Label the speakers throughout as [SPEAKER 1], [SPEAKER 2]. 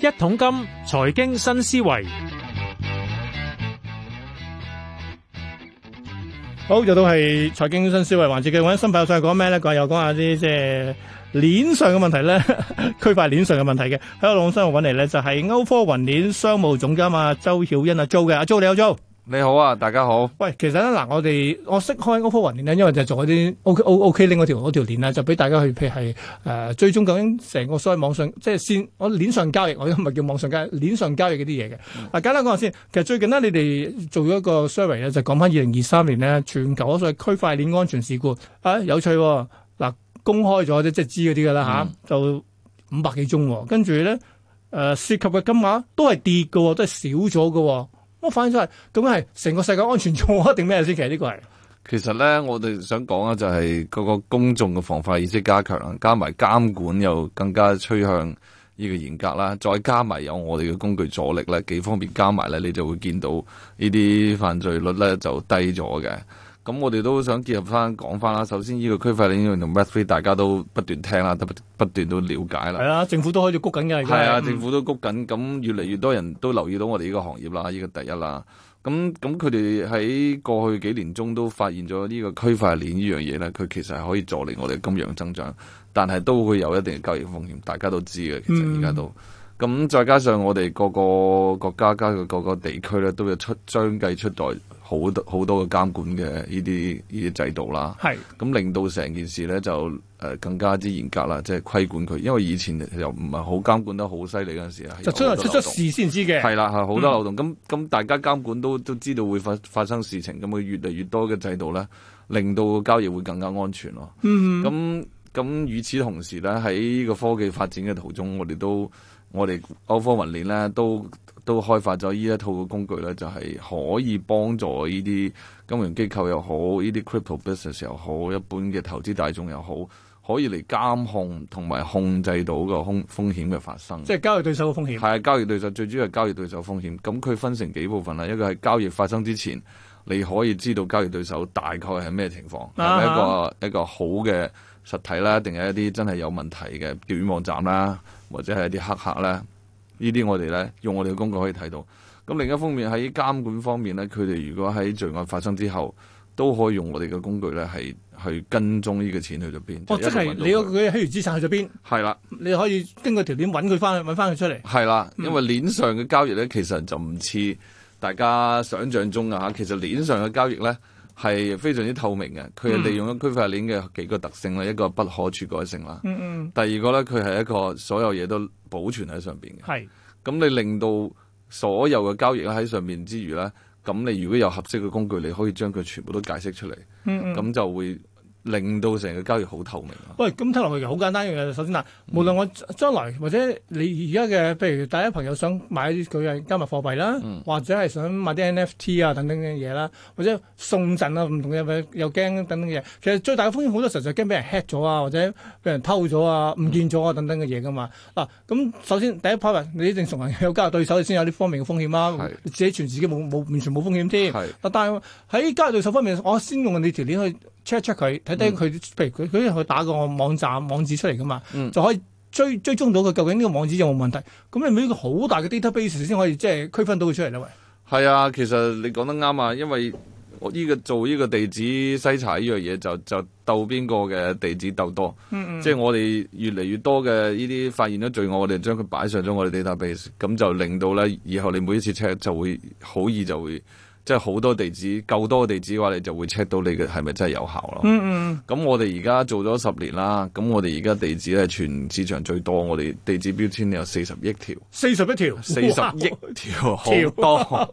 [SPEAKER 1] 一桶金財經新思維，
[SPEAKER 2] 好，又到係財經新思維環節嘅，揾新朋友上嚟講咩咧？講又講下啲即係鏈上嘅問題咧， 區塊鏈上嘅問題嘅。喺我新我揾嚟咧就係歐科雲鏈商務總監啊，周曉欣啊，Jo 嘅，阿 Jo 你好，Jo。
[SPEAKER 3] 你好啊，大家好。
[SPEAKER 2] 喂，其實咧嗱，我哋我識開 OPPO 雲鏈咧，因為就做嗰啲 O K O O K 拎嗰條嗰條鏈啦，啊就俾大家去譬如係誒、呃、追蹤究竟成個所謂網上即係先我鏈上交易，我都唔係叫網上交易，鏈上交易嗰啲嘢嘅。嗱、簡單講下先，其實最近呢，你哋做咗一個 survey 咧，就講翻二零二三年呢，全球嗰所謂區塊鏈安全事故啊，有趣喎、嗱，公開咗啫，即係知嗰啲㗎啦
[SPEAKER 3] 嗯
[SPEAKER 2] 吓，就五百幾宗喎，跟住咧誒涉及嘅金額都係跌嘅喎，都係少咗嘅喎。我反映咗係咁係成個世界安全咗定咩先？其實呢個係
[SPEAKER 3] 其實咧，我哋想講啊，就係嗰個公眾嘅防範意識加強啦，加埋監管又更加趨向呢個嚴格啦，再加埋有我哋嘅工具助力咧，幾方面加埋咧，你就會見到呢啲犯罪率咧就低咗嘅。咁我哋都想結合翻講翻啦。首先呢個區塊鏈同 Web3 大家都不斷聽啦，都不不斷都了解啦
[SPEAKER 2] 係。啦，政府都開始谷緊嘅。而家
[SPEAKER 3] 係啊，
[SPEAKER 2] 嗯
[SPEAKER 3] 政府都谷緊，咁越嚟越多人都留意到我哋呢個行業啦，呢、個第一啦。咁咁佢哋喺過去幾年中都發現咗呢個區塊鏈呢樣嘢咧，佢其實係可以助力我哋金融增長，但係都會有一定嘅交易風險，大家都知嘅。其實而家都咁、再加上我哋各個國家加嘅各個地區咧，都有出將計出代好多好多嘅監管嘅呢啲呢啲制度啦。
[SPEAKER 2] 係
[SPEAKER 3] 咁令到成件事咧就誒、呃更加之嚴格啦，即係規管佢，因為以前又唔係好監管得好犀利嗰陣時啊，
[SPEAKER 2] 就出
[SPEAKER 3] 有好多
[SPEAKER 2] 出
[SPEAKER 3] 漏
[SPEAKER 2] 咗
[SPEAKER 3] 洞
[SPEAKER 2] 事先知嘅。嗯
[SPEAKER 3] 係啦，係好多漏洞。咁咁、大家監管都都知道會發發生事情，咁佢越嚟越多嘅制度咧，令到交易會更加安全咯。
[SPEAKER 2] 嗯，
[SPEAKER 3] 咁咁、與此同時咧，喺呢個科技發展嘅途中，我哋都我哋歐科雲鏈咧都都開發咗呢一套嘅工具咧，就係、可以幫助呢啲金融機構又好，呢啲 crypto business 又好，一般嘅投資大眾又好，可以嚟監控同埋控制到個風風險嘅發生。
[SPEAKER 2] 即係交易對手嘅風險。
[SPEAKER 3] 係交易對手最主要係交易對手風險。咁佢分成幾部分啦，啊一個係交易發生之前，你可以知道交易對手大概係咩情況，係咪一
[SPEAKER 2] 啊
[SPEAKER 3] 個一個好嘅實體啦，定係一啲真係有問題嘅釣魚網站啦，或者係一啲黑客啦。呢啲我哋咧用我哋嘅工具可以睇到。咁另一方面喺監管方面咧，佢哋如果喺罪案發生之後，都可以用我哋嘅工具咧，係去跟蹤呢個錢去咗邊。
[SPEAKER 2] 哦，即
[SPEAKER 3] 就一路
[SPEAKER 2] 係
[SPEAKER 3] 揾到
[SPEAKER 2] 你嗰
[SPEAKER 3] 佢
[SPEAKER 2] 個虛擬資產去咗邊，
[SPEAKER 3] 係啦。
[SPEAKER 2] 你可以經過條鏈揾佢翻去，揾翻佢出嚟。
[SPEAKER 3] 係啦，因為鏈上嘅交易咧，其實就唔似大家想象中啊嚇。其實鏈上嘅交易咧係非常之透明
[SPEAKER 2] 嗯
[SPEAKER 3] 嘅，佢係利用咗區塊鏈嘅幾個特性啦，一個不可篡改性啦，
[SPEAKER 2] 嗯嗯，
[SPEAKER 3] 第二個咧佢係一個所有嘢都保存喺上邊嘅。
[SPEAKER 2] 係
[SPEAKER 3] 咁你令到所有嘅交易咧喺上面之餘咧，咁你如果有合適嘅工具，你可以將佢全部都解釋出嚟，
[SPEAKER 2] 嗯嗯。
[SPEAKER 3] 咁就會令到成個交易好透明啊咯。
[SPEAKER 2] 喂，咁睇落去其實好簡單嘅嘢。首先嗱，無論我將來或者你而家嘅，譬如大家朋友想買佢嘅加密貨幣啦，或者係想買啲 NFT 啊等等嘅嘢啦，或者送贈啊唔同嘅嘢又驚等等嘅嘢。其實最大嘅風險好多時候就係驚俾人 hack 咗啊，或者俾人偷咗啊、唔見咗啊等等嘅嘢噶嘛。嗱、咁首先第一 part 你一定同人有交易對手，你先有呢方面嘅風險啦、
[SPEAKER 3] 係
[SPEAKER 2] 你自己全自己冇冇完全冇風險添。
[SPEAKER 3] 係
[SPEAKER 2] 嗱，但係喺交易對手方面，我先用你條鏈去 check check 佢，睇睇佢，譬如佢佢佢打個網站網址出嚟噶嘛，
[SPEAKER 3] 嗯
[SPEAKER 2] 就可以追追蹤到佢究竟呢個網址有冇問題。咁你咪呢個好大嘅 database 先可以即係區分到佢出嚟啦，喂。
[SPEAKER 3] 係啊，其實你講得啱啊，因為我呢、個做呢個地址篩查呢樣嘢就就鬥邊個嘅地址鬥多，
[SPEAKER 2] 嗯
[SPEAKER 3] 即係我哋越嚟越多嘅呢啲發現咗罪案，我哋將佢擺上咗我哋 database，咁就令到咧以後你每一次 check 就會好易就會即係好多地址夠多地址嘅話，你就會 check 到你嘅係咪真係有效咯。
[SPEAKER 2] 嗯嗯
[SPEAKER 3] 咁我哋而家做咗十年啦，咁我哋而家地址咧全市場最多，我哋地址標籤有四十億條。
[SPEAKER 2] 四十一條，
[SPEAKER 3] 四十億條好
[SPEAKER 2] 條
[SPEAKER 3] 多，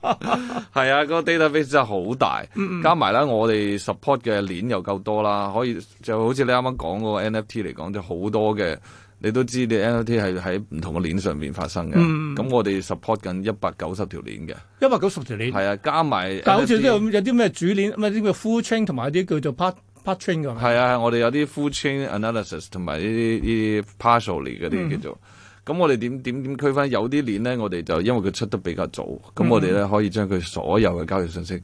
[SPEAKER 3] 係啊，個 database 真係好大，
[SPEAKER 2] 嗯
[SPEAKER 3] 加埋啦，我哋 support 嘅鏈又夠多啦，可以就好似你啱啱講嗰個 NFT 嚟講，就好多嘅，你都知你 NFT 係喺唔同嘅鏈上面發生嘅，
[SPEAKER 2] 嗯
[SPEAKER 3] 咁、我哋 support 緊一百九十條鏈嘅，
[SPEAKER 2] 一百九十條鏈。
[SPEAKER 3] 係啊，加埋，
[SPEAKER 2] 但係好似都有有啲咩主鏈，咩啲叫 full chain 同埋有啲叫做 part part chain 㗎嘛。
[SPEAKER 3] 係啊，我哋有啲 full chain analysis 同埋呢啲呢啲 partially 嗰啲叫做。咁我哋點點點區分？有啲鏈咧，我哋就因為佢出得比較早，咁我哋咧可以將佢所有嘅交易信息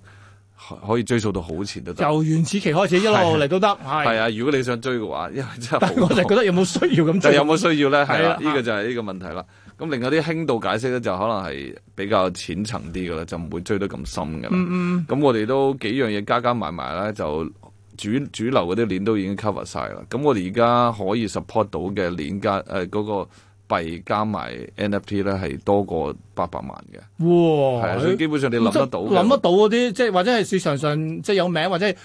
[SPEAKER 3] 可可以追溯到好前都得。
[SPEAKER 2] 由原始期開始一路嚟都得，
[SPEAKER 3] 係
[SPEAKER 2] 係。
[SPEAKER 3] 啊，如果你想追嘅話，因為真係
[SPEAKER 2] 但 係我
[SPEAKER 3] 好
[SPEAKER 2] 就
[SPEAKER 3] 多
[SPEAKER 2] 覺得有冇需要咁
[SPEAKER 3] 就
[SPEAKER 2] 做？
[SPEAKER 3] 有冇需要咧？係啦，
[SPEAKER 2] 係啦
[SPEAKER 3] 呢個就係呢個問題啦。咁另外啲輕度解釋咧，就可能係比較淺層啲嘅啦，就唔會追得咁深嘅啦。
[SPEAKER 2] 嗯嗯，
[SPEAKER 3] 咁我哋都幾樣嘢加加埋埋咧，就主主流嗰啲鏈都已經 cover 晒啦。咁我哋而家可以 support 到嘅鏈加呃誒嗰、個幣加埋 NFT 咧，係多過八百萬嘅。
[SPEAKER 2] 嗯
[SPEAKER 3] 係
[SPEAKER 2] 哇
[SPEAKER 3] 啊，！所以基本上你諗得到嘅，
[SPEAKER 2] 諗得到嗰啲，即係或者係市場上即係有名或者係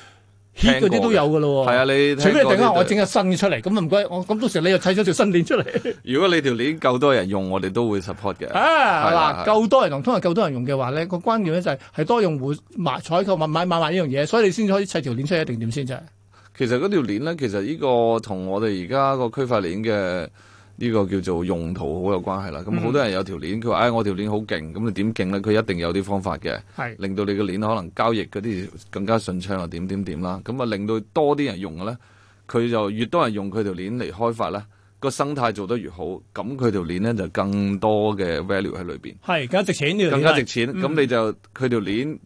[SPEAKER 2] hit 嗰啲都有噶咯喎。
[SPEAKER 3] 係啊，你
[SPEAKER 2] 除非你
[SPEAKER 3] 聽
[SPEAKER 2] 定
[SPEAKER 3] 過
[SPEAKER 2] 下
[SPEAKER 3] 呢
[SPEAKER 2] 我
[SPEAKER 3] 對
[SPEAKER 2] 整個新嘅出嚟，咁唔該， 我咁到時你又砌咗條新鏈出嚟
[SPEAKER 3] 如果你條鏈夠多人用，我哋都會 support 嘅。係
[SPEAKER 2] 啊！
[SPEAKER 3] 啦
[SPEAKER 2] 嗱，夠多人同通常夠多人用嘅話咧，個關鍵咧就係係多用戶買採購買買買買呢樣嘢，所以你先可以砌條鏈出嚟一定點先啫。
[SPEAKER 3] 其實嗰條鏈咧，其實呢個同我哋而家個區塊鏈嘅呢個叫做用途好有關係啦。
[SPEAKER 2] 嗯
[SPEAKER 3] 咁好多人有條鏈，佢話：，哎唉，我條鏈好勁，咁你點勁咧？佢一定有啲方法嘅，
[SPEAKER 2] 係
[SPEAKER 3] 令到你個鏈可能交易嗰啲更加順暢啊，點點點啦。咁啊，令到多啲人用嘅咧，佢就越多人用佢條鏈嚟開發咧，個生態做得越好，咁佢條鏈咧就更多嘅 value 喺裏邊。
[SPEAKER 2] 係更加值錢呢條鏈
[SPEAKER 3] 更
[SPEAKER 2] 係
[SPEAKER 3] 加值錢，咁、你就佢條鏈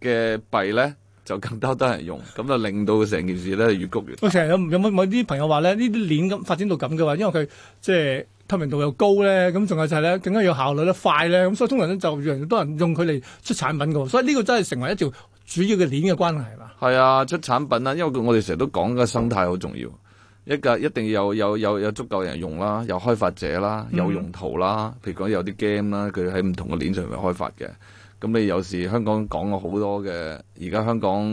[SPEAKER 3] 嘅幣咧就更加多人用，咁就令到成件事咧越谷越大。
[SPEAKER 2] 我成日有有冇某啲朋友話咧，呢啲鏈咁發展到咁嘅話，因為佢即係透明度又高咧，咁仲有就係咧更加有效率咧、快咧，咁所以通常咧就越嚟越多人用佢嚟出產品嘅喎，所以呢個真係成為一條主要嘅鏈嘅關係係嘛？
[SPEAKER 3] 係啊，出產品啦，因為我哋成日都講嘅生態好重要，一個一定要有有有有足夠人用啦，有開發者啦，
[SPEAKER 2] 嗯
[SPEAKER 3] 有用途啦，譬如講有啲 game 啦，佢喺唔同嘅鏈上面開發嘅。咁你有時香港講過好多嘅，而家香港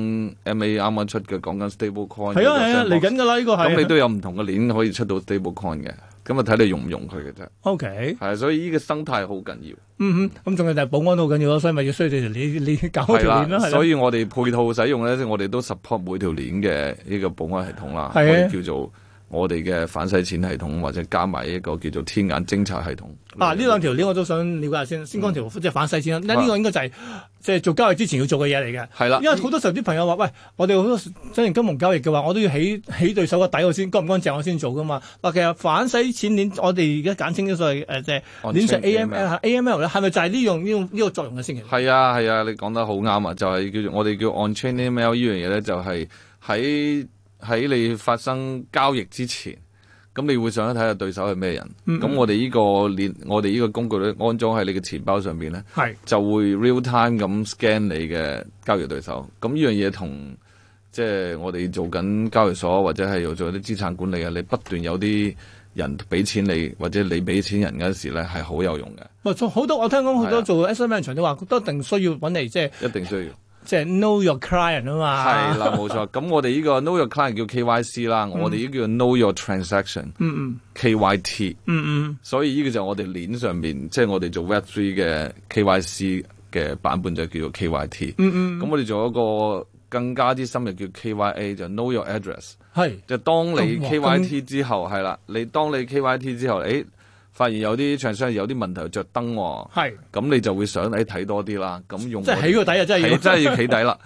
[SPEAKER 3] MA 啱啱出嘅講緊 stable coin，
[SPEAKER 2] 係啊係啊，嚟緊㗎啦，呢個係。
[SPEAKER 3] 咁你都有唔同嘅鏈可以出到 stable coin 嘅，咁啊睇你用唔用佢嘅啫。
[SPEAKER 2] OK，
[SPEAKER 3] 係，啊所以呢個生態好緊要。
[SPEAKER 2] 嗯哼，咁仲有就係保安都好緊要咯，所以咪要需要你你你搞條鏈啦，係啊
[SPEAKER 3] 所
[SPEAKER 2] 以
[SPEAKER 3] 以我哋配套使用咧，我哋都 support 每條鏈嘅呢個保安系統啦，我
[SPEAKER 2] 係啊
[SPEAKER 3] 哋叫做我哋嘅反洗錢系統，或者加埋一個叫做天眼偵察系統。
[SPEAKER 2] 啊呢兩條鏈我都嗯想了解下先，先講條即係反洗錢啦，呢呢個應該就係即係做交易之前要做嘅嘢嚟嘅。
[SPEAKER 3] 係啦，
[SPEAKER 2] 因為好多時候啲朋友話：喂，我哋好多真係金融交易嘅話，我都要起起對手個底我先乾唔乾淨，我先做噶嘛。嗱，其實反洗錢鏈，我哋而家簡稱咗所謂誒呃即係鏈上 AML 啊 AML 咧，係咪就係呢樣呢種呢個作用嘅先？其實
[SPEAKER 3] 係啊係啊，你講得好啱啊！就係、叫做我哋叫 on chain email 呢樣嘢咧，就係喺喺你發生交易之前，咁你會想睇下對手係咩人。咁、
[SPEAKER 2] 嗯嗯
[SPEAKER 3] 我哋呢、個鏈，我哋呢個工具咧，安裝喺你嘅錢包上邊咧。
[SPEAKER 2] 係
[SPEAKER 3] 就會 real time 咁 scan 你嘅交易對手。咁呢樣嘢同即係我哋做緊交易所或者係要做啲資產管理啊，你不斷有啲人俾錢你，或者你俾錢人嗰時咧，係好有用嘅，
[SPEAKER 2] 咪好多我聽講好
[SPEAKER 3] 係
[SPEAKER 2] 多
[SPEAKER 3] 啊
[SPEAKER 2] 做 asset manager 都話，都一定需要揾嚟即係
[SPEAKER 3] 一定需要。
[SPEAKER 2] 即係 know your client 啊嘛。
[SPEAKER 3] 係啦，冇錯。咁我哋呢個 Know Your Client 叫 KYC 啦，我哋呢叫 Know Your Transaction
[SPEAKER 2] 嗯
[SPEAKER 3] KYT，
[SPEAKER 2] 嗯嗯
[SPEAKER 3] 所以呢個就係我哋鏈上面，即係我哋做 Web Three 嘅 KYC 嘅版本就叫做 KYT。
[SPEAKER 2] 嗯嗯
[SPEAKER 3] 咁我哋仲有一個更加之深入叫 KYA，就 Know Your Address。
[SPEAKER 2] 嗯，係
[SPEAKER 3] 就當你
[SPEAKER 2] 咁哇
[SPEAKER 3] KYT 之後係啦，你當你 KYT 之後，誒發現有啲 transaction 有啲問題着燈喎，
[SPEAKER 2] 係，
[SPEAKER 3] 咁你就會想誒睇多啲啦，咁用
[SPEAKER 2] 即係起個底啊，真係
[SPEAKER 3] 係
[SPEAKER 2] 要
[SPEAKER 3] 真係要企 底啦。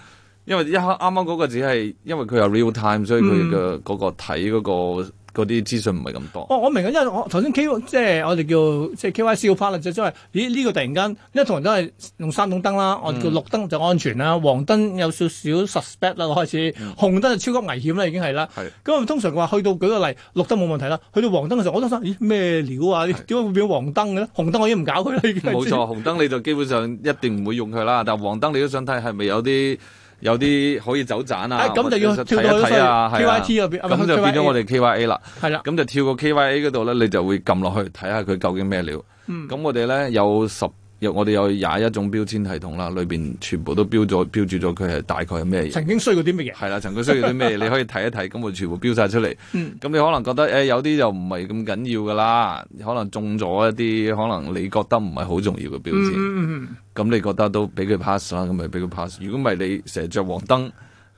[SPEAKER 3] 因為一刻啱啱嗰個只係因為佢有 real time，所以
[SPEAKER 2] 嗯
[SPEAKER 3] 佢嘅嗰個睇嗰、個嗰啲資訊唔係咁多。
[SPEAKER 2] 哦，我明啊，因為我頭先 K 即係我哋叫即係 KYC 個 part 啦，就即係咦呢個突然間，因為通常都係用三種燈啦，我哋
[SPEAKER 3] 嗯
[SPEAKER 2] 叫綠燈就安全啦，黃燈有少少 suspect 啦開始，
[SPEAKER 3] 嗯
[SPEAKER 2] 紅燈就超級危險啦已經係啦。
[SPEAKER 3] 係
[SPEAKER 2] 咁啊通常話去到舉個例，綠燈冇問題啦，去到黃燈嘅時候我都想咦咩料啊？點解會變黃燈嘅咧？紅燈我已經唔搞佢啦已經係。
[SPEAKER 3] 冇啊錯，紅燈你就基本上一定唔會用佢啦，但黃燈你都想睇係咪有啲有啲可以走盞啊？
[SPEAKER 2] 啊咁就要
[SPEAKER 3] 或者
[SPEAKER 2] 跳
[SPEAKER 3] 睇
[SPEAKER 2] 到
[SPEAKER 3] 一
[SPEAKER 2] 去
[SPEAKER 3] 睇啊，係啊
[SPEAKER 2] KYT 入邊，
[SPEAKER 3] 咁就變咗我哋 KYA 啦。
[SPEAKER 2] 係啦，
[SPEAKER 3] 咁就跳過 KYA 嗰度咧，你就會撳落去睇下佢究竟咩料。咁、
[SPEAKER 2] 嗯
[SPEAKER 3] 我哋咧有十，有我哋有廿一種標籤系統啦，裏邊全部都標咗標注咗佢係大概係咩嘢。
[SPEAKER 2] 曾經衰過啲乜嘢？
[SPEAKER 3] 係啦，曾經需要啲咩，你可以睇一睇，咁我全部標晒出嚟。咁、
[SPEAKER 2] 嗯
[SPEAKER 3] 你可能覺得誒、有啲就唔係咁緊要噶啦，可能中咗一啲可能你覺得唔係好重要嘅標
[SPEAKER 2] 嗯
[SPEAKER 3] 籤，咁、
[SPEAKER 2] 嗯嗯。
[SPEAKER 3] 你覺得都俾佢 pass 啦，咁咪俾佢 pass。如果唔係你成日着黃燈，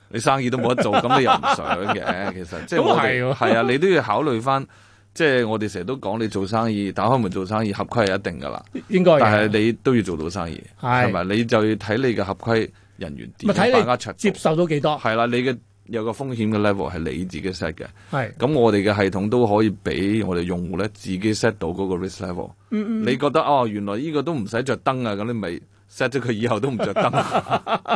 [SPEAKER 3] 你生意都冇得做，咁你又唔想嘅。其實即係
[SPEAKER 2] 咁啊
[SPEAKER 3] 我哋
[SPEAKER 2] 係喎
[SPEAKER 3] 係啊，你都要考慮翻。即係我哋成日都講，你做生意打開門做生意合規係一定噶啦，
[SPEAKER 2] 應嗯該嘅
[SPEAKER 3] 但係你都要做到生意，係咪？
[SPEAKER 2] 哦係你
[SPEAKER 3] 你就要睇你嘅合規人員點
[SPEAKER 2] 咪睇你
[SPEAKER 3] 把握尺度
[SPEAKER 2] 接受到幾多？
[SPEAKER 3] 哦係啦，你嘅有個風險嘅 level 係你自己 set 嘅，
[SPEAKER 2] 係
[SPEAKER 3] 咁我哋嘅系統都可以俾我哋用戶咧自己 set 到嗰個 risk level。
[SPEAKER 2] 嗯
[SPEAKER 3] 你覺得哦，原來呢個都唔使着燈啊，咁你咪，set 咗佢以後都唔着燈，啊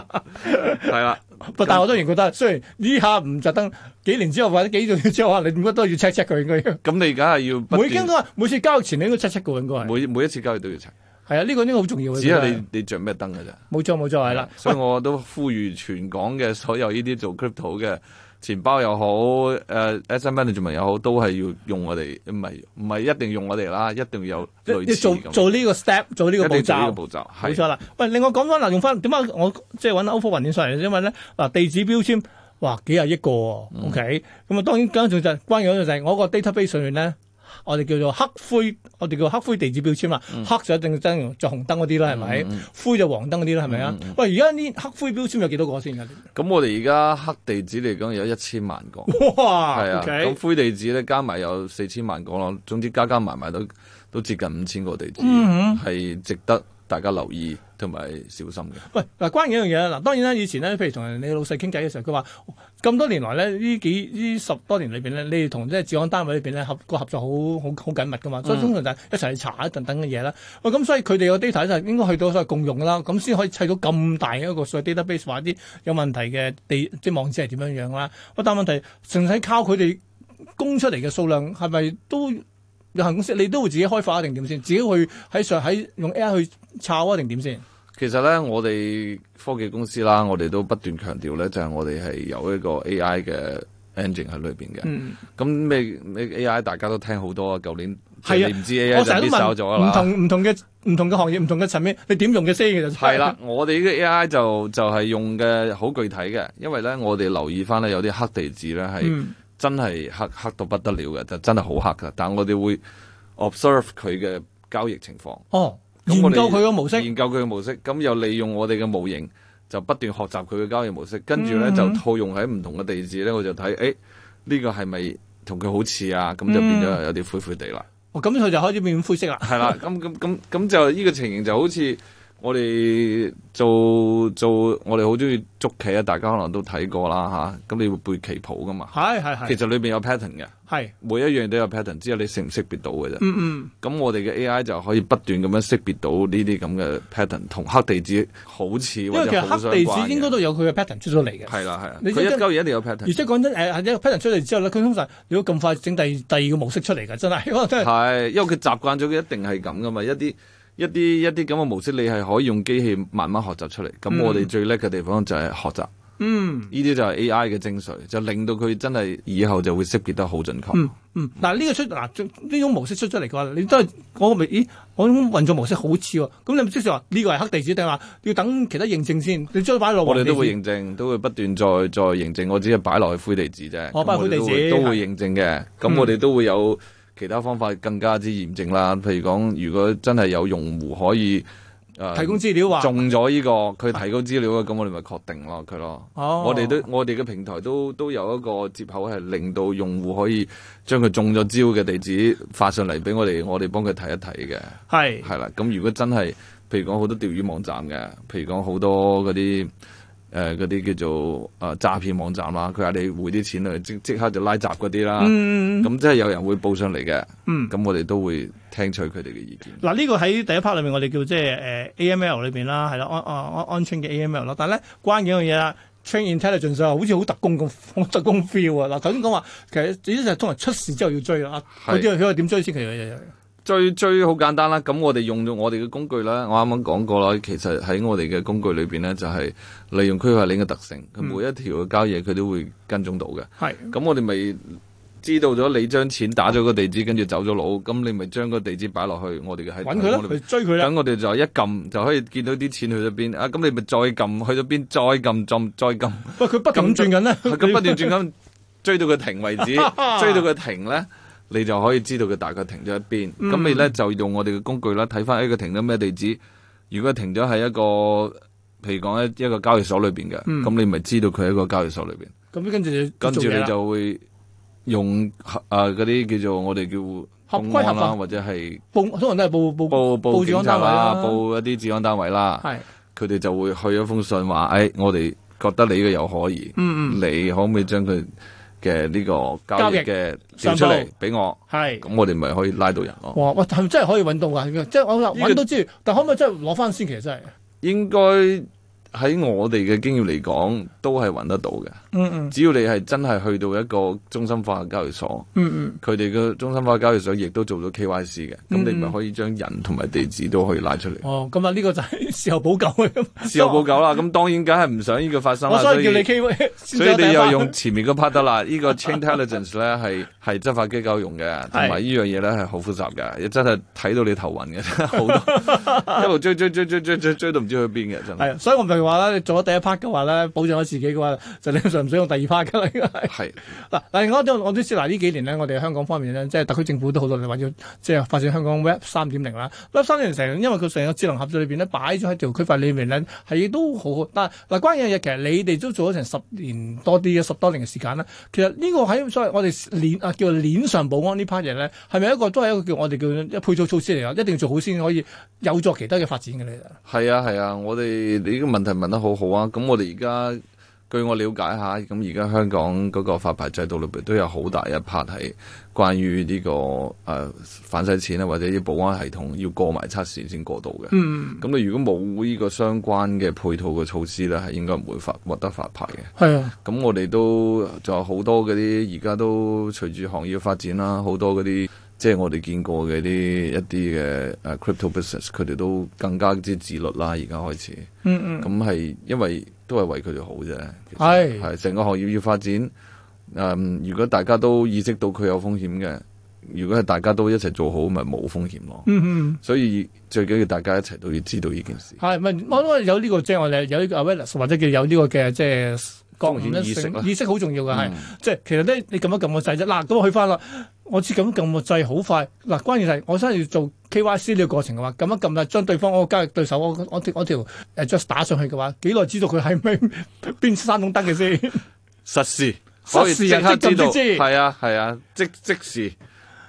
[SPEAKER 3] 係啦，
[SPEAKER 2] 不但我當然覺得，雖然呢下唔着燈，幾年之後或者幾個月之後，可能你點解都要 check check 佢應該要。
[SPEAKER 3] 咁你梗係要不
[SPEAKER 2] 每應
[SPEAKER 3] 斷
[SPEAKER 2] 該每次交易前你應該 check check 嘅應該係。
[SPEAKER 3] 每每一次交易都要查，
[SPEAKER 2] 係啊，呢個應該好重要嘅。
[SPEAKER 3] 只
[SPEAKER 2] 真
[SPEAKER 3] 係
[SPEAKER 2] 係嗯
[SPEAKER 3] 你你着咩燈嘅咋。
[SPEAKER 2] 冇錯冇錯係啦。
[SPEAKER 3] 所以我都呼籲全港嘅所有呢啲做 crypto 嘅錢包又好，誒、s m management 又好，都係要用我哋，唔係唔係一定用我哋啦，一定要有
[SPEAKER 2] 你
[SPEAKER 3] 類
[SPEAKER 2] 你
[SPEAKER 3] 似
[SPEAKER 2] 做
[SPEAKER 3] 咁，
[SPEAKER 2] 做呢個 step，做呢個
[SPEAKER 3] 一
[SPEAKER 2] 步
[SPEAKER 3] 定做呢
[SPEAKER 2] 驟。
[SPEAKER 3] 個步驟，
[SPEAKER 2] 冇
[SPEAKER 3] 係
[SPEAKER 2] 錯啦。喂，另外講翻嗱，用翻點解我即係揾歐科雲鏈上嚟？因為咧嗱，地址標籤哇幾廿億個喎、o
[SPEAKER 3] 嗯
[SPEAKER 2] k 咁啊當然更重就係關鍵嗰樣就係我個 database 上面咧，我哋叫做黑灰，我哋叫黑灰地址標籤啦。
[SPEAKER 3] 嗯
[SPEAKER 2] 黑就一定真就紅燈嗰啲啦，係咪？灰就黃燈嗰啲啦，係咪
[SPEAKER 3] 嗯
[SPEAKER 2] 啊？喂，而家呢黑灰標籤有幾多個先啊㗎？
[SPEAKER 3] 咁我哋而家黑地址嚟講有一千萬個。
[SPEAKER 2] 哇
[SPEAKER 3] 係啊，
[SPEAKER 2] ，OK，
[SPEAKER 3] 咁灰地址咧加埋有四千萬個咯，總之加加埋埋都都接近五千個地址，
[SPEAKER 2] 嗯
[SPEAKER 3] 係、值得大家留意同埋小心嘅。
[SPEAKER 2] 喂，嗱，關鍵一樣嘢啦。嗱，當然啦，以前咧，譬如同人你老細傾偈嘅時候，佢話哦咁多年來咧，呢幾呢十多年裏邊咧，你哋同即係治安單位裏邊咧合個合作好好好緊密噶嘛，所以通常就係一齊去查一等等嘅嘢啦。喂，咁所以佢哋個 data 就應該去到所謂共用㗎啦，咁先可以砌到咁大嘅一個所謂 database 話啲有問題嘅地即係網址係點樣樣啦。喂，但係問題純粹靠佢哋供出嚟嘅數量係咪都有限公司？你都會自己開發啊定點先？自己去喺上喺用 AI 去抄啊定點先？
[SPEAKER 3] 其實咧，我哋科技公司啦，我哋都不斷強調咧，就係、我哋係有一個 AI 嘅 engine 喺裏邊嘅。
[SPEAKER 2] 嗯。
[SPEAKER 3] 咁咩咩 AI 大家都聽好多啊，舊年即
[SPEAKER 2] 係啊
[SPEAKER 3] 係你唔知
[SPEAKER 2] 我
[SPEAKER 3] AI
[SPEAKER 2] 成日都
[SPEAKER 3] 就必
[SPEAKER 2] 問
[SPEAKER 3] 手咗
[SPEAKER 2] 唔
[SPEAKER 3] 啦。
[SPEAKER 2] 同唔同嘅唔同嘅行業、唔同嘅層面，你點用嘅先其實
[SPEAKER 3] 係啦，， 我哋呢個 AI 就就係、用嘅好具體嘅，因為咧我哋留意翻咧有啲黑地址咧係。
[SPEAKER 2] 嗯，
[SPEAKER 3] 真係黑黑到不得了嘅，就真係好黑噶。但我哋會 observe 佢嘅交易情況，
[SPEAKER 2] 哦，研
[SPEAKER 3] 咁
[SPEAKER 2] 究
[SPEAKER 3] 我哋
[SPEAKER 2] 佢個模式，
[SPEAKER 3] 研究佢嘅模式，咁又利用我哋嘅模型，就不斷學習佢嘅交易模式，跟住咧
[SPEAKER 2] 嗯
[SPEAKER 3] 就套用喺唔同嘅地址咧，我就睇，誒呢個係咪同佢好似啊？咁就
[SPEAKER 2] 嗯
[SPEAKER 3] 變咗有啲灰灰地啦。
[SPEAKER 2] 哦咁佢就開始變灰色啦。
[SPEAKER 3] 係啦，咁咁咁咁就呢個情形就好似我哋做做我哋好中意捉棋啊，大家可能都睇過啦吓，咁你會背棋譜噶嘛？
[SPEAKER 2] 係係
[SPEAKER 3] 其
[SPEAKER 2] 係
[SPEAKER 3] 實裏邊有 pattern 嘅。
[SPEAKER 2] 係，
[SPEAKER 3] 每一樣都有 pattern，只有你識唔識別到嘅啫。
[SPEAKER 2] 嗯嗯，
[SPEAKER 3] 咁我哋嘅 AI 就可以不斷咁樣識別到呢啲咁嘅 pattern，同黑地址好似
[SPEAKER 2] 因
[SPEAKER 3] 或
[SPEAKER 2] 為其
[SPEAKER 3] 者
[SPEAKER 2] 實
[SPEAKER 3] 好相
[SPEAKER 2] 黑地
[SPEAKER 3] 關
[SPEAKER 2] 址應該
[SPEAKER 3] 嘅。
[SPEAKER 2] 都有佢嘅 pattern 出咗嚟嘅。
[SPEAKER 3] 係啦係啦，
[SPEAKER 2] 你
[SPEAKER 3] 佢
[SPEAKER 2] 即
[SPEAKER 3] 一
[SPEAKER 2] 係
[SPEAKER 3] 交易一定有
[SPEAKER 2] 而
[SPEAKER 3] pattern。
[SPEAKER 2] 且講真，誒、呃、一個 pattern 出嚟之後咧，佢通常如果咁快整第第二個模式出嚟嘅，真係可 能真係
[SPEAKER 3] 係，因為佢習慣咗，佢一定係咁噶嘛。一啲一啲一啲咁嘅模式，你係可以用機器慢慢學習出嚟。
[SPEAKER 2] 嗯
[SPEAKER 3] 咁我哋最叻嘅地方就係學習，
[SPEAKER 2] 嗯。
[SPEAKER 3] 呢啲就係 AI 嘅精髓，就令到佢真係以後就會識別得好準確。
[SPEAKER 2] 嗯嗯，嗱呢個出嗱最呢種模式出咗嚟嘅話，你都係我個咪咦，我種運作模式好似喎，咁你咪即係話呢個係黑地址定係話要等其他認證先，你將佢擺落
[SPEAKER 3] 我哋都
[SPEAKER 2] 黃地址
[SPEAKER 3] 會認證，都會不斷再再認證。我只係擺落去灰地址啫，
[SPEAKER 2] 哦擺
[SPEAKER 3] 咁我哋都
[SPEAKER 2] 灰地址嗯
[SPEAKER 3] 會都會認證嘅。咁我哋都會有其他方法更加之驗證啦。譬如講，如果真係有用戶可以誒
[SPEAKER 2] 提供資料話，
[SPEAKER 3] 中咗呢個，佢提供資料嘅，咁我哋咪確定咯佢咯。
[SPEAKER 2] 哦，
[SPEAKER 3] 我哋都我哋嘅平台都都有一個接口，係令到用戶可以將佢中咗招嘅地址發上嚟俾我哋，我哋幫佢睇一睇嘅。
[SPEAKER 2] 係
[SPEAKER 3] 係啦，咁如果真係，譬如講好多釣魚網站嘅，譬如講好多嗰啲誒嗰啲叫做誒詐騙網站啦，佢話你匯啲錢嚟，即即刻就拉閘嗰啲啦。
[SPEAKER 2] 嗯
[SPEAKER 3] 咁即係有人會報上嚟嘅，
[SPEAKER 2] 嗯。
[SPEAKER 3] 咁我哋都會聽取佢哋嘅意見。
[SPEAKER 2] 嗱，呢個喺第一 part 裏面，我哋叫即係誒 AML 裏邊啦，係啦，安安安安 train 嘅 AML 啦。但係咧，關鍵一樣嘢啦，train intelligence 啊，好似好特工咁， 好特工 feel 啊。嗱，頭先講話其實只就係通常出事之後要追啦，嗰
[SPEAKER 3] 係
[SPEAKER 2] 啲佢話點追先？其實
[SPEAKER 3] 最最好簡單啦，咁我哋用咗我哋嘅工具啦，我啱啱講過啦，其實喺我哋嘅工具裏邊咧，就係、利用區塊鏈嘅特性，
[SPEAKER 2] 嗯
[SPEAKER 3] 佢每一條嘅交易佢都會跟蹤到嘅。
[SPEAKER 2] 係
[SPEAKER 3] 咁我哋咪知道咗你將錢打咗個地址，跟住走咗佬，咁你咪將個地址擺落去我哋嘅喺
[SPEAKER 2] 揾佢啦，
[SPEAKER 3] 我哋
[SPEAKER 2] 佢追佢啦。
[SPEAKER 3] 等我哋就一撳就可以見到啲錢去咗邊啊！咁你咪再撳去咗邊，再撳再撳再撳，
[SPEAKER 2] 喂，佢不斷咁轉緊咧，
[SPEAKER 3] 咁不斷轉咁追到佢停 為止，追到佢停咧，你就可以知道佢大概停咗一邊。咁、
[SPEAKER 2] 嗯
[SPEAKER 3] 你咧就用我哋嘅工具啦，睇翻誒佢停咗咩地址。如果停咗喺一個譬如講一一個交易所裏邊嘅，咁、
[SPEAKER 2] 嗯
[SPEAKER 3] 你咪知道佢喺一個交易所裏邊。
[SPEAKER 2] 咁跟住就
[SPEAKER 3] 跟住
[SPEAKER 2] 做嘢
[SPEAKER 3] 你
[SPEAKER 2] 啦
[SPEAKER 3] 就會用啊嗰啲叫做我哋叫
[SPEAKER 2] 合
[SPEAKER 3] 公
[SPEAKER 2] 規合
[SPEAKER 3] 安啦，
[SPEAKER 2] 法
[SPEAKER 3] 或者係
[SPEAKER 2] 報，通常都係報報
[SPEAKER 3] 報報
[SPEAKER 2] 治安
[SPEAKER 3] 警察啦，
[SPEAKER 2] 單位啦
[SPEAKER 3] 報一啲治安單位啦，
[SPEAKER 2] 係
[SPEAKER 3] 佢哋就會去一封信話：，誒、哎我哋覺得你嘅有可疑，
[SPEAKER 2] 嗯嗯
[SPEAKER 3] 你可唔可以將佢嘅呢個交易嘅調
[SPEAKER 2] 上
[SPEAKER 3] 出
[SPEAKER 2] 報
[SPEAKER 3] 嚟俾我？
[SPEAKER 2] 係。
[SPEAKER 3] 咁我哋咪可以拉到人咯。
[SPEAKER 2] 哇！哇，係咪真係可以揾到㗎？即係我話
[SPEAKER 3] 呢個
[SPEAKER 2] 揾到之餘，但可唔可以真係攞翻先？其實真係
[SPEAKER 3] 應該喺我哋嘅經驗嚟講，都係揾得到嘅。
[SPEAKER 2] 嗯嗯
[SPEAKER 3] 只要你係真係去到一個中心化嘅交易所，
[SPEAKER 2] 嗯
[SPEAKER 3] 佢哋嘅中心化交易所亦都做到 KYC 嘅，咁
[SPEAKER 2] 嗯
[SPEAKER 3] 你咪可以將人同埋地址都可以拉出嚟
[SPEAKER 2] 嗯，。哦，咁啊呢個就係 事後補救嘅，
[SPEAKER 3] 事有報九啦，咁當然梗係唔想呢個發生
[SPEAKER 2] 我
[SPEAKER 3] 啦。
[SPEAKER 2] 所
[SPEAKER 3] 所
[SPEAKER 2] 以叫你
[SPEAKER 3] 以
[SPEAKER 2] K V，
[SPEAKER 3] 所以你又用前面嗰 part 得啦， 呢個 chain intelligence 咧係係執法機構用嘅，同埋呢樣嘢咧係好複雜嘅，真係睇到你頭暈嘅， 真係好 多一路追追追追追追追到唔知去邊嘅真係。
[SPEAKER 2] 係，啊所以我咪話啦，你做咗第一 part 嘅話咧，保障咗自己嘅話，就理論上唔使用第二 part 㗎啦，應該係。
[SPEAKER 3] 係
[SPEAKER 2] 嗱，但係我都我都知嗱，呢幾年咧，我哋香港方面咧，即係特區政府都好努力話要即係發展香港 Web 三點零啦。Web 三點零成，因為佢成個智能合作裏邊咧，擺咗喺條區塊裏面咧，係都好好。但係嗱，關鍵嘅嘢其實你哋都做咗成十年多啲嘅十多年嘅時間啦。其實呢個喺所謂我哋鏈啊叫做鏈上保安呢 part 嘢咧，係咪一個都係一個叫我哋叫一配套措施嚟㗎？一定要做好先可以有助其他嘅發展嘅咧。
[SPEAKER 3] 係啊係啊，我哋你呢個問題問得好好啊！咁我哋而家據我了解下，咁而家香港嗰個發牌制度裏邊都有好大一 part 係關於呢、個誒、呃反洗錢啊，或者啲保安系統要過埋測試先過到嘅。
[SPEAKER 2] 嗯，
[SPEAKER 3] 咁你如果冇呢個相關嘅配套嘅措施咧，係應該唔會發獲得發牌嘅。
[SPEAKER 2] 係啊，
[SPEAKER 3] 咁我哋都仲有好多嗰啲，而家都隨住行業發展啦，好多嗰啲即係我哋見過嘅啲一啲嘅誒 crypto business，佢哋都更加之自律啦。而家開始，
[SPEAKER 2] 嗯嗯。
[SPEAKER 3] 咁係因為都係為佢哋好啫。其實
[SPEAKER 2] 係
[SPEAKER 3] 係成個行業要發展，誒、如果大家都意識到佢有風險嘅，如果係大家都一齊做好，咪冇風險咯。
[SPEAKER 2] 嗯嗯。
[SPEAKER 3] 所以最緊要大家一齊都要知道呢件事。
[SPEAKER 2] 啊係咪？我都有呢、個即係我哋有呢個 awareness 或者叫有呢個嘅即係覺悟
[SPEAKER 3] 風險意識啦
[SPEAKER 2] 性意識好重要嘅係，
[SPEAKER 3] 嗯
[SPEAKER 2] 即係其實咧你撳一撳個掣啫。嗱，咁我去翻啦，我知撳一撳個掣好快。嗱，關鍵係我真係要做 KYC 呢個過程嘅話，撳一撳啦，將對方嗰個交易對手我我我條誒 just 打上去嘅話，幾耐知道佢係咪邊三種燈嘅先？
[SPEAKER 3] 實時，
[SPEAKER 2] 實
[SPEAKER 3] 可
[SPEAKER 2] 時
[SPEAKER 3] 以
[SPEAKER 2] 啊
[SPEAKER 3] 即刻知
[SPEAKER 2] 即
[SPEAKER 3] 道，
[SPEAKER 2] 撳即知
[SPEAKER 3] 係啊係啊，即即時，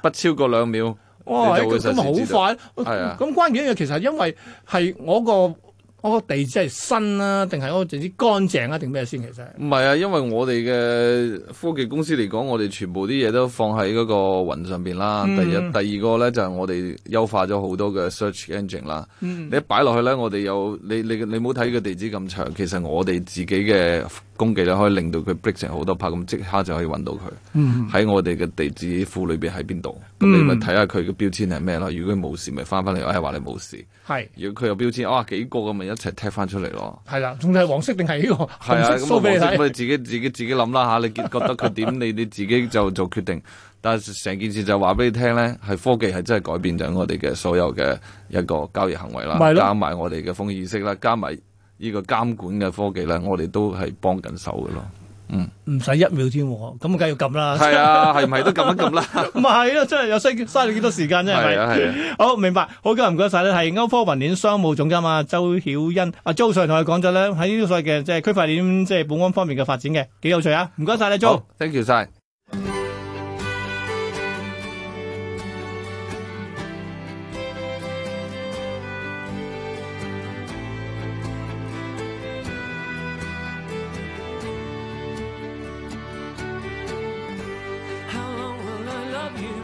[SPEAKER 3] 不超過兩秒，
[SPEAKER 2] 哇！
[SPEAKER 3] 你就會
[SPEAKER 2] 哎咁咁
[SPEAKER 3] 實時知道
[SPEAKER 2] 咪好快
[SPEAKER 3] 係啊
[SPEAKER 2] 咁關鍵一樣其實係因為係我個我個地址係新啦，定係我個地址乾淨啊，定咩先？其實係
[SPEAKER 3] 唔係啊，因為我哋嘅科技公司嚟講，我哋全部啲嘢都放喺嗰個雲上邊啦。
[SPEAKER 2] 嗯
[SPEAKER 3] 第一、第二個咧就係我哋優化咗好多嘅 search engine 啦。
[SPEAKER 2] 嗯
[SPEAKER 3] 你一擺落去咧，我哋有你你你冇睇個地址咁長，其實我哋自己嘅工具咧可以令到佢 break 成好多 part，咁即刻就可以揾到佢。
[SPEAKER 2] 嗯
[SPEAKER 3] 喺我哋嘅地址庫裏邊喺邊度，咁你咪睇下佢嘅標籤係咩咯。如果佢冇事，咪翻翻嚟，哎話你冇事。
[SPEAKER 2] 係。
[SPEAKER 3] 如果佢有標籤，啊幾個咁咪一齊踢翻出嚟咯。
[SPEAKER 2] 係啦，仲係黃色定係呢個
[SPEAKER 3] 係啊，
[SPEAKER 2] 紅色
[SPEAKER 3] 咁
[SPEAKER 2] 蘇俾你
[SPEAKER 3] 啊，咁
[SPEAKER 2] 睇？
[SPEAKER 3] 你自己自己自己諗啦嚇，你覺覺得佢點，你你自己就做決定。但係成件事就話俾你聽咧，係科技係真係改變咗我哋嘅所有嘅一個交易行為啦
[SPEAKER 2] 咪，咯
[SPEAKER 3] 加埋我哋嘅風險意識啦，加埋呢個監管嘅科技咧，我哋都係幫緊手 嘅咯。
[SPEAKER 2] 唔使一秒添喎，咁梗係要撳 啦。
[SPEAKER 3] 係啊，係咪都撳一撳啦？
[SPEAKER 2] 唔係咯，真係有嘥嘥你幾多時間啫，係
[SPEAKER 3] 係
[SPEAKER 2] 咪？
[SPEAKER 3] 啊，係啊。
[SPEAKER 2] 好明白，好嘅，唔該晒咧，係歐科雲鏈商務總監啊，周曉欣阿 Jo 上同我哋講咗咧，喺呢啲所謂嘅即係區塊鏈即係保安方面嘅發展嘅，幾有趣啊！唔該晒你 Jo
[SPEAKER 3] 好。，thank you 晒。
[SPEAKER 4] How long will I love you?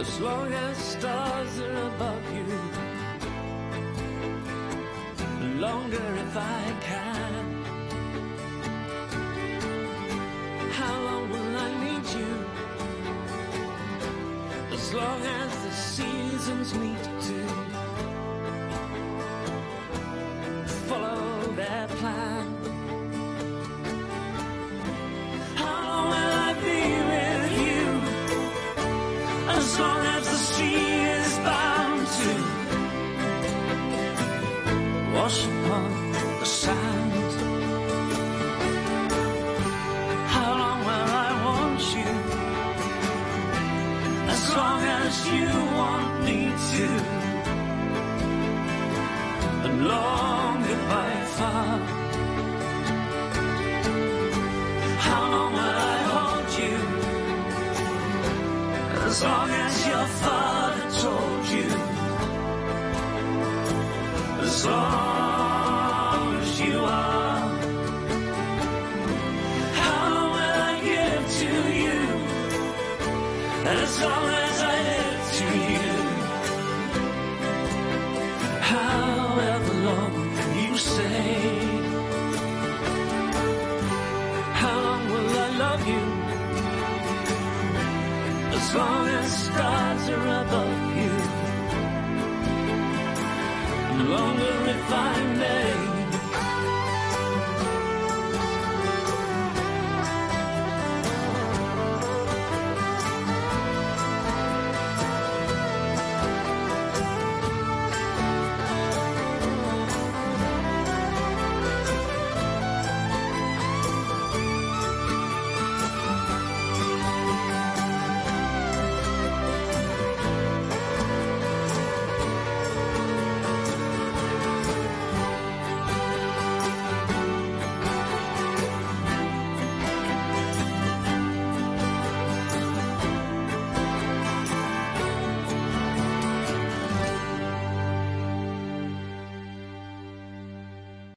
[SPEAKER 4] As long as stars are above you. Longer if I can. How long will I need you? As long as the seasons meet to follow their plan. How will I be with you? As long as the sea is bound to wash upon the sand. How long will I want you? As long as you want me to. And long goodbye far. How long will I hold you? As long as your father told you. As long as you are. How long will I give to you? As long as I live to you. How long you say? How long will I love you? As long as stars are above you. No longer if I may.